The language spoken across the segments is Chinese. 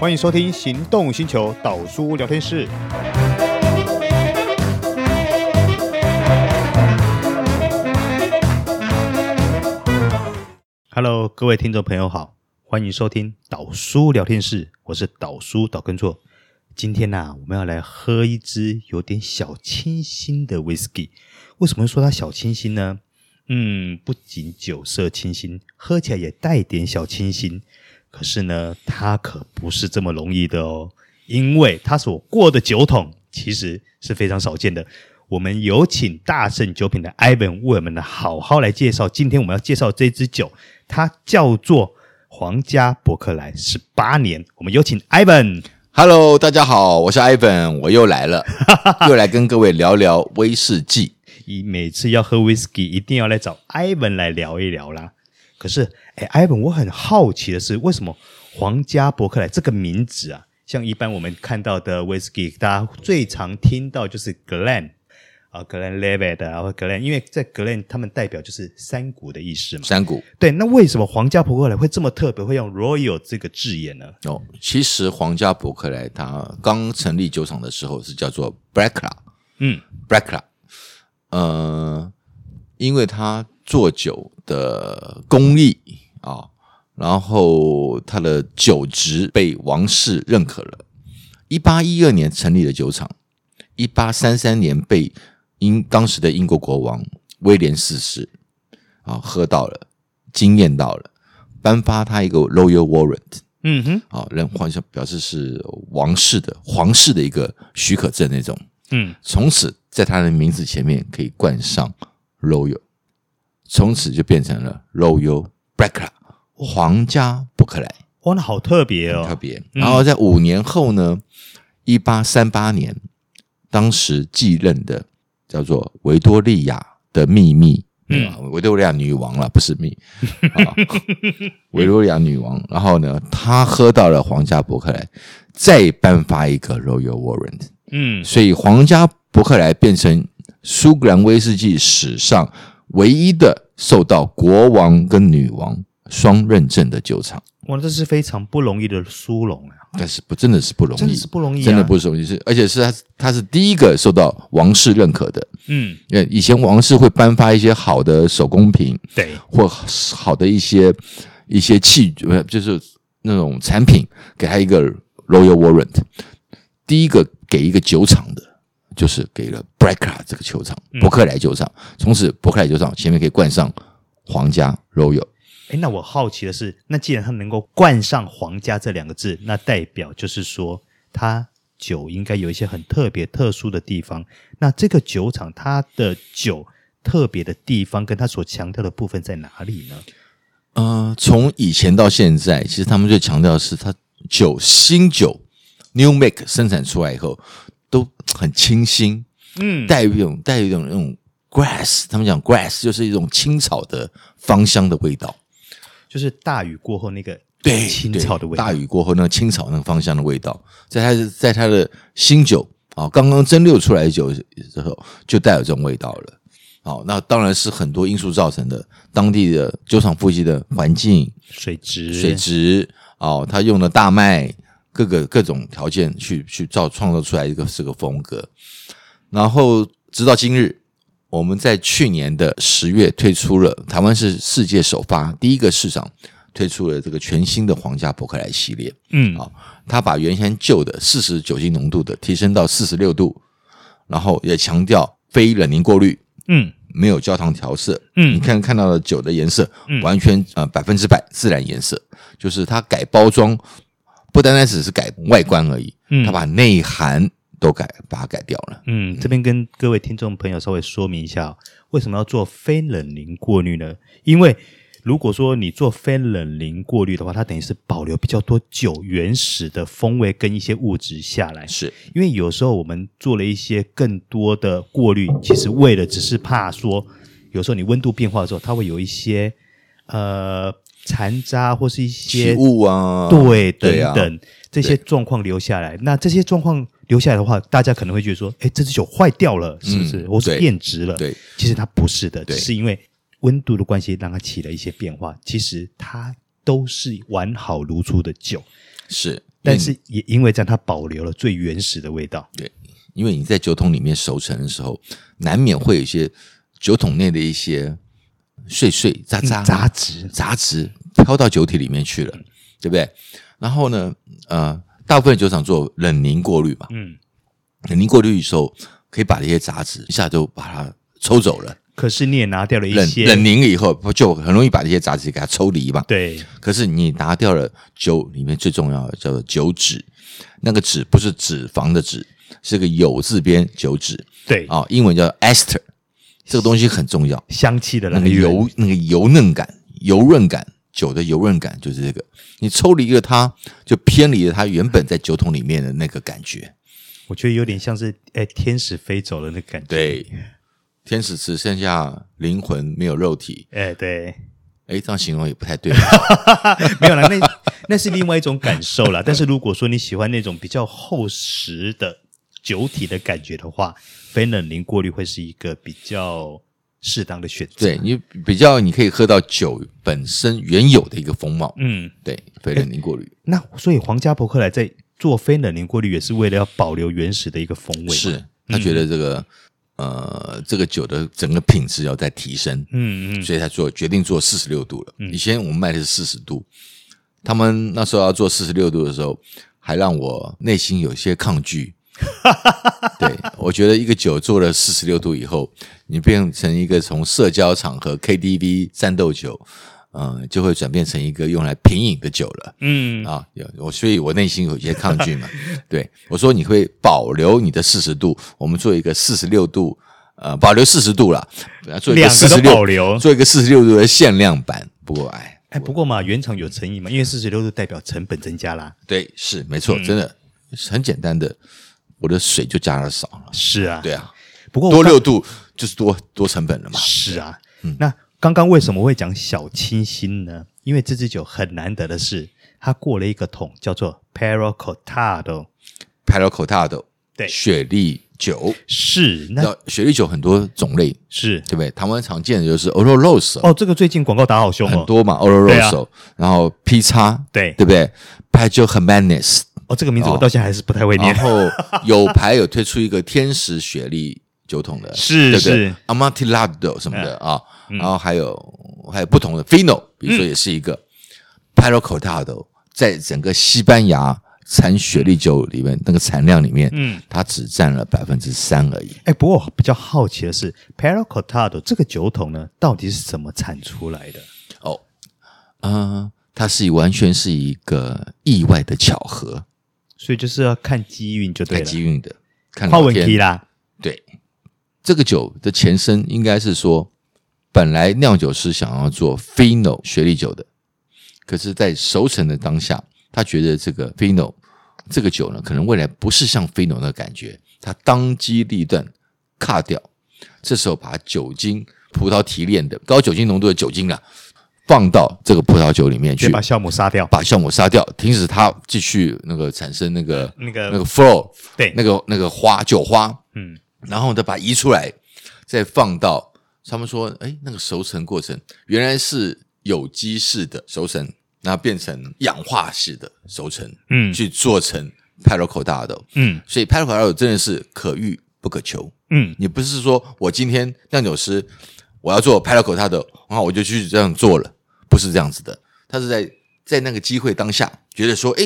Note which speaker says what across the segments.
Speaker 1: 欢迎收听《行动星球》导书聊天室。Hello，各位听众朋友好，欢迎收听导书聊天室，我是导书导根座。今天呢、我们要来喝一支有点小清新的 whisky。为什么说它小清新呢？嗯，不仅酒色清新，喝起来也带点小清新。可是呢，它可不是这么容易的哦，因为它所过的酒桶其实是非常少见的。我们有请大圣酒品的 Ivan 为我们好好来介绍。今天我们要介绍这支酒，它叫做皇家伯克莱十八年。我们有请 Ivan。
Speaker 2: Hello，大家好，我是 Ivan，我又来了，又来跟各位聊聊威士忌。
Speaker 1: 你每次要喝 whisky，一定要来找 Ivan 来聊一聊啦。可是，哎，Ivan，我很好奇的是，为什么皇家伯克莱这个名字啊，像一般我们看到的 whisky，大家最常听到就是 Glen 啊，Glen Levitt 啊，或 Glen，因为在 Glen 他们代表就是山谷的意思嘛。
Speaker 2: 山谷
Speaker 1: 对，那为什么皇家伯克莱会这么特别，会用 Royal 这个字眼呢？
Speaker 2: 哦，其实皇家伯克莱它刚成立酒厂的时候是叫做 b r e c l a
Speaker 1: 嗯
Speaker 2: b r e c l a 呃，因为它做酒的工艺啊、然后它的酒质被王室认可了。一八一二年成立的酒厂，一八三三年被英当时的英国国王威廉四世啊、喝到了，惊艳到了，颁发他一个 Royal Warrant
Speaker 1: 嗯哼，
Speaker 2: 啊、人皇上表示是王室的皇室的一个许可证那种。
Speaker 1: 嗯，
Speaker 2: 从此在他的名字前面可以冠上 Royal，从此就变成了 Royal b r e c k l a 皇家伯克莱，
Speaker 1: 哇，那好特别
Speaker 2: 特
Speaker 1: 哦。
Speaker 2: 别。然后在五年后呢，一八三八年，当时继任的叫做维多利亚的秘密，
Speaker 1: 嗯
Speaker 2: 嗯，维多利亚女王了，不是秘， 啊维多利亚女王。然后呢，她喝到了皇家伯克莱，再颁发一个 Royal Warrant。
Speaker 1: 嗯，
Speaker 2: 所以皇家伯克莱变成苏格兰威士忌史上唯一的受到国王跟女王双认证的酒厂，
Speaker 1: 哇，这是非常不容易的殊荣啊，
Speaker 2: 但是不真的是不容易，
Speaker 1: 真的是不容易、啊，
Speaker 2: 真的不容易，是而且是它它是第一个受到王室认可的，
Speaker 1: 嗯，
Speaker 2: 因为以前王室会颁发一些好的手工品
Speaker 1: 对，
Speaker 2: 或好的一些一些器具，呃就是那种产品，给他一个 Royal Warrant。第一个给一个酒厂的，就是给了 b r e c k a 这个球场，伯克莱酒厂。从此，伯克莱酒厂前面可以冠上皇家 Royal。
Speaker 1: 哎，那我好奇的是，那既然它能够冠上“皇家”这两个字，那代表就是说，它酒应该有一些很特别、特殊的地方。那这个酒厂它的酒特别的地方，跟它所强调的部分在哪里呢？
Speaker 2: 呃，从以前到现在，其实他们最强调的是它酒新酒 New Make 生产出来以后都很清新，
Speaker 1: 嗯，
Speaker 2: 带有一种带有一种那种 grass，他们讲 grass 就是一种青草的芳香的味道。
Speaker 1: 就是大雨过后那个
Speaker 2: 对，
Speaker 1: 青草的味
Speaker 2: 对
Speaker 1: 道
Speaker 2: 大。雨过后那个青草那个芳香的味道，在它的在它的新酒啊、刚刚蒸馏出来的酒之后，就带有这种味道了。好、那当然是很多因素造成的，当地的酒厂附近的环境、
Speaker 1: 水质，
Speaker 2: 水质哦，它用了大麦各个各种条件去去造创造出来一个这个风格。然后直到今日，我们在去年的十月推出了台湾是世界首发第一个市场推出了这个全新的皇家伯克莱系列。
Speaker 1: 嗯，
Speaker 2: 好它把原先旧的四十酒精浓度的提升到四十六度，然后也强调非冷凝过滤，
Speaker 1: 嗯，
Speaker 2: 没有焦糖调色。
Speaker 1: 嗯
Speaker 2: 你看看到的酒的颜色
Speaker 1: 嗯，
Speaker 2: 完全呃百分之百自然颜色，就是它改包装，不单单只是改外观而已，
Speaker 1: 嗯
Speaker 2: 它把内涵都改把它改掉了。
Speaker 1: 嗯，这边跟各位听众朋友稍微说明一下、哦，为什么要做非冷凝过滤呢？因为如果说你做非冷凝过滤的话，它等于是保留比较多酒原始的风味跟一些物质下来。
Speaker 2: 是
Speaker 1: 因为有时候我们做了一些更多的过滤，其实为了只是怕说，有时候你温度变化的时候，它会有一些呃残渣或是一
Speaker 2: 起
Speaker 1: 些
Speaker 2: 雾啊，
Speaker 1: 对，
Speaker 2: 对
Speaker 1: 等
Speaker 2: 啊
Speaker 1: 等、这些状况留下来。那这些状况留下来的话，大家可能会觉得说，哎，这支酒坏掉了，是不是？
Speaker 2: 嗯
Speaker 1: 或是
Speaker 2: 对
Speaker 1: 变质了？
Speaker 2: 对，
Speaker 1: 其实它不是的，只
Speaker 2: 对
Speaker 1: 是因为温度的关系让它
Speaker 2: 嗯
Speaker 1: 起了一些变化。其实它都是完好如初的酒。
Speaker 2: 是
Speaker 1: 但是也因为这样，它保留了最原始的味道。
Speaker 2: 因为你在酒桶里面熟成的时候，难免会有一些酒桶内的一些碎碎渣渣、
Speaker 1: 嗯杂质
Speaker 2: 杂质飘到酒体里面去了，对不对？然后呢，呃，大部分酒厂做冷凝过滤嘛，
Speaker 1: 嗯，
Speaker 2: 冷凝过滤的时候可以把这些杂质一下就把它抽走了，
Speaker 1: 可是你也拿掉了一
Speaker 2: 冷
Speaker 1: 些
Speaker 2: 冷凝了以后就很容易把这些杂质给它抽离嘛。
Speaker 1: 对，
Speaker 2: 可是你拿掉了酒里面最重要的叫做酒脂，那个脂不是脂肪的脂，是个有字边酒脂。
Speaker 1: 对，
Speaker 2: 啊、英文叫 ester，这个东西很重要，
Speaker 1: 香气的
Speaker 2: 那
Speaker 1: 来
Speaker 2: 个
Speaker 1: 源。
Speaker 2: 油那个油嫩感、油润感，酒的油润感就是这个。你抽离了它，就偏离了它原本在酒桶里面的那个感觉。
Speaker 1: 我觉得有点像是哎、天使飞走了那感觉。，
Speaker 2: 对，天使只剩下灵魂，没有肉体。
Speaker 1: 哎、对，
Speaker 2: 哎，这样形容也不 太对。
Speaker 1: 没有啦，那那是另外一种感受啦。但是如果说你喜欢那种比较厚实的酒体的感觉的话，非冷凝过滤会是一个比较适当的选择。
Speaker 2: 对你比较，你可以喝到酒本身原有的一个风貌。
Speaker 1: 嗯，
Speaker 2: 对，非冷凝过滤
Speaker 1: 那所以皇家伯克莱在做非冷凝过滤也是为了要保留原始的一个风味。，
Speaker 2: 是他觉得这个、呃，这个酒的整个品质要再提升。
Speaker 1: 嗯嗯，
Speaker 2: 所以他做决定做四十六度了。以前我们卖的是四十度，他们那时候要做四十六度的时候，还让我内心有些抗拒。对，我觉得一个酒做了四十六度以后，你变成一个从社交场合 KTV 战斗酒，嗯、就会转变成一个用来品饮的酒了。
Speaker 1: 嗯，
Speaker 2: 啊，有我，所以我内心有一些抗拒 嘛。对我说，你会保留你的四十度，我们做一个四十六度，呃，保留四十度啦，做一
Speaker 1: 两
Speaker 2: 四
Speaker 1: 个
Speaker 2: 十
Speaker 1: 都保
Speaker 2: 六，
Speaker 1: 留。
Speaker 2: 做一个四十六度的限量版。不过，哎，
Speaker 1: 哎，不过嘛，原厂有诚意嘛，因为四十六度代表成本增加啦。
Speaker 2: 对，是没
Speaker 1: 嗯
Speaker 2: 错，真的是很简单的，我的水就加的少了。
Speaker 1: 是啊，
Speaker 2: 对。啊，
Speaker 1: 不过我
Speaker 2: 多
Speaker 1: 刚
Speaker 2: 六度就是多多成本了嘛。
Speaker 1: 是啊，
Speaker 2: 嗯
Speaker 1: 那刚刚为什么会讲小清新呢？因为这支酒很难得的是，它过了一个桶，叫做 Perro Cortado。
Speaker 2: p a r o c o t a d o
Speaker 1: 对
Speaker 2: 雪莉酒，
Speaker 1: 是，那
Speaker 2: 那雪莉酒很多种类，
Speaker 1: 是
Speaker 2: 对不对？台湾常见的就是 Oloroso，
Speaker 1: 哦，这个最近广告打好凶
Speaker 2: 很
Speaker 1: 哦。
Speaker 2: 多嘛
Speaker 1: 对啊
Speaker 2: ，Oloroso，、然后 P 叉，
Speaker 1: 对
Speaker 2: 对不对 p a j o Hermanes，
Speaker 1: 哦，这个名字我到现在还是不太会
Speaker 2: 然
Speaker 1: 念。
Speaker 2: 后有牌有推出一个天使雪莉酒桶的，
Speaker 1: 是
Speaker 2: 对不对
Speaker 1: 是哎嗯
Speaker 2: Amontillado 什么的啊，然后还有还有不同的 Fino，比如说也是一
Speaker 1: 嗯
Speaker 2: 个 p a r o c o t a d o 在整个西班牙产雪莉酒里面那个产量里面，
Speaker 1: 嗯，
Speaker 2: 它只占了百分之三而已。
Speaker 1: 哎，不过我比较好奇的是，Perro Cortado 这个酒桶呢，到底是怎么产出来的？
Speaker 2: 哦，呃，它是完全是一个意外的巧合，
Speaker 1: 所以就是要看机运就对了，
Speaker 2: 太机运的，看
Speaker 1: 靠
Speaker 2: 老
Speaker 1: 文
Speaker 2: 天
Speaker 1: 题啦。
Speaker 2: 对，这个酒的前身应该是说，本来酿酒师想要做 Fino 雪莉酒的，可是，在熟成的当下，他觉得这个 Fino 这个酒呢，可能未来不是像 Fino 的感觉，他当机立断卡掉，这时候把酒精、葡萄提炼的高酒精浓度的酒精啊，放到这个葡萄酒里面
Speaker 1: 就
Speaker 2: 去
Speaker 1: 把。酵母杀掉，
Speaker 2: 把酵母杀掉，停止它继续那个产生那个
Speaker 1: 那个
Speaker 2: 那个 flow，
Speaker 1: 对
Speaker 2: 那个那个花酒花，
Speaker 1: 嗯，
Speaker 2: 然后再把它移出来，再放到他们说，哎，那个熟成过程原来是有机式的熟成，然后变成氧化式的熟成，
Speaker 1: 嗯
Speaker 2: 去做成派洛口大豆。
Speaker 1: 嗯
Speaker 2: 所以派洛口大豆真的是可遇不可求。
Speaker 1: 嗯，
Speaker 2: 你不是说我今天酿酒师，我要做派洛口大豆，然后我就去这样做了，不是这样子的。他是在在那个机会当下，觉得说，哎，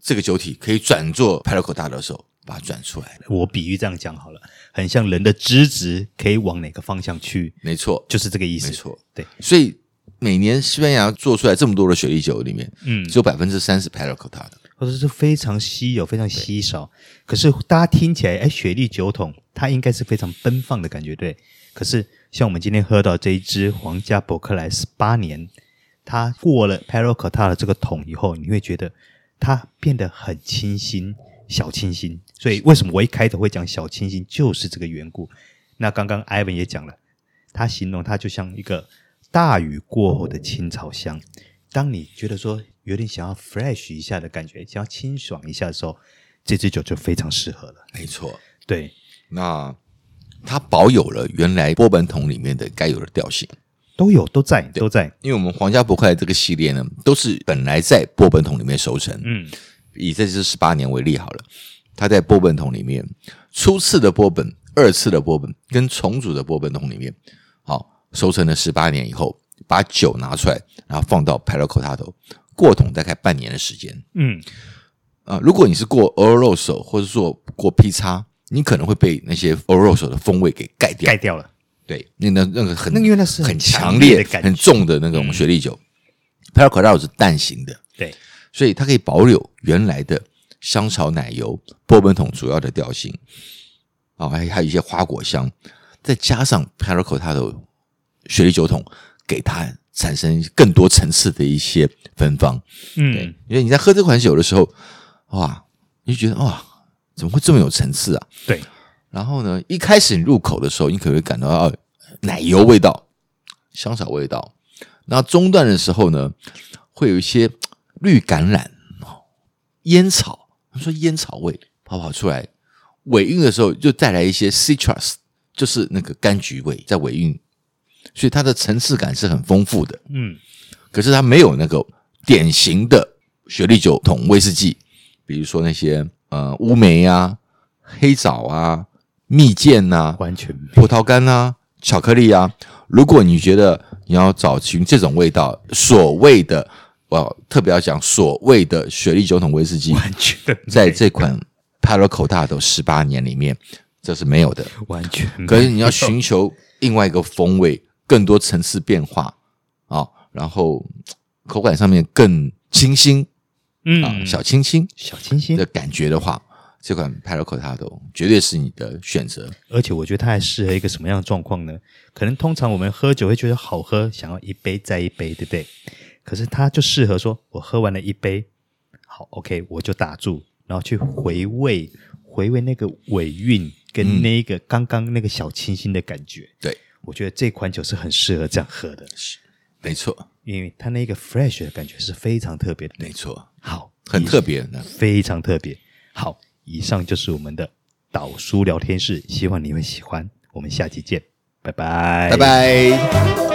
Speaker 2: 这个酒体可以转做派洛口大豆的时候，把它转出来了。
Speaker 1: 我比喻这样讲好了，很像人的脂质可以往哪个方向去，
Speaker 2: 没错，
Speaker 1: 就是这个意思。
Speaker 2: 没错，
Speaker 1: 对，
Speaker 2: 所以每年西班牙做出来这么多的雪莉酒里面，
Speaker 1: 嗯
Speaker 2: 只有百分之三是 p a r a c o t a 的，
Speaker 1: 或者是非常稀有、非常稀少。可是大家听起来，哎，雪莉酒桶它应该是非常奔放的感觉，对。可是像我们今天喝到这一支皇家伯克莱十八年，它过了 p e r o c o t a 的这个桶以后，你会觉得它变得很清新、小清新。所以为什么我一开头会讲小清新，就是这个缘故。那刚刚 Ivan 也讲了，他形容它就像一个大雨过后的青草香。当你觉得说有点想要 fresh 一下的感觉，想要清爽一下的时候，这支酒就非常适合了。
Speaker 2: 没错。
Speaker 1: 对，
Speaker 2: 那它保有了原来波本桶里面的该有的调性，
Speaker 1: 都有都在都在。
Speaker 2: 因为我们皇家伯克莱这个系列呢，都是本来在波本桶里面熟成，
Speaker 1: 嗯，
Speaker 2: 以这支十八年为例好了，它在波本桶里面，初次的波本、二次的波本跟重组的波本桶里面，好收成了十八年以后，把酒拿出来，然后放到 p e r o c o t a d o 过桶大概半年的时间。
Speaker 1: 嗯，
Speaker 2: 啊，如果你是过 Oloroso 或者做过 P 叉，你可能会被那些 Oloroso 的风味给盖掉
Speaker 1: 盖。掉了。
Speaker 2: 对，那那那个很
Speaker 1: 那因为那是很
Speaker 2: 很
Speaker 1: 强
Speaker 2: 强
Speaker 1: 烈的
Speaker 2: 烈
Speaker 1: 感、觉嗯
Speaker 2: 很重的那种雪莉酒 p e r c o r a 是淡型的，
Speaker 1: 对，
Speaker 2: 所以它可以保留原来的香草奶油波本桶主要的调性，啊，还还有一些花果香，再加上 p e r c o r a 的雪莉酒桶，给它产生更多层次的一些芬芳。
Speaker 1: 嗯，
Speaker 2: 因为你在喝这款酒的时候，哇，你就觉得哇，怎么会这么有层次啊？
Speaker 1: 对，
Speaker 2: 然后呢，一开始你入口的时候，你可能会感到到奶油味道、香草味道。那中段的时候呢，会有一些嘖绿橄榄、哦烟草，他们说烟草味跑跑出来。尾韵的时候就带来一些 citrus，就是那个柑橘味在尾韵，所以它的层次感是很丰富的。
Speaker 1: 嗯，
Speaker 2: 可是它没有那个典型的雪莉酒桶威士忌，比如说那些呃乌梅啊、黑枣啊、蜜饯呐、
Speaker 1: 完全没
Speaker 2: 葡萄干啊、巧克力啊。如果你觉得你要找寻这种味道，所谓的我特别要讲所谓的雪莉酒桶 威士忌，
Speaker 1: 完全没
Speaker 2: 在这款 Palo Cotado 十八年里面，这是没有的。
Speaker 1: 完全没
Speaker 2: 可是你要寻求另外一个风味，更多层次变化啊、然后嘖口感上面更清新
Speaker 1: 嗯
Speaker 2: 啊、小清新
Speaker 1: 小清新
Speaker 2: 的，感觉的话，这款 p a r o c o t a d o 绝对是你的选择。
Speaker 1: 而且我觉得它还适合一个什么样的状况呢？可能通常我们喝酒会觉得好喝，想要一杯再一杯，对不对？可是它就适合说，我喝完了一杯，好，OK，我就打住，然后去回味回味那个尾韵跟那个刚刚那个小清新的感觉。
Speaker 2: 对，
Speaker 1: 我觉得这款酒是很适合这样喝的，
Speaker 2: 没错，
Speaker 1: 因为它那个 fresh 的感觉是非常特别的。
Speaker 2: 没错，
Speaker 1: 好，
Speaker 2: 很特别的。
Speaker 1: 非常特别。好，以上就是我们的导书聊天室，希望你会喜欢。我们下期见，拜拜，
Speaker 2: 拜。拜。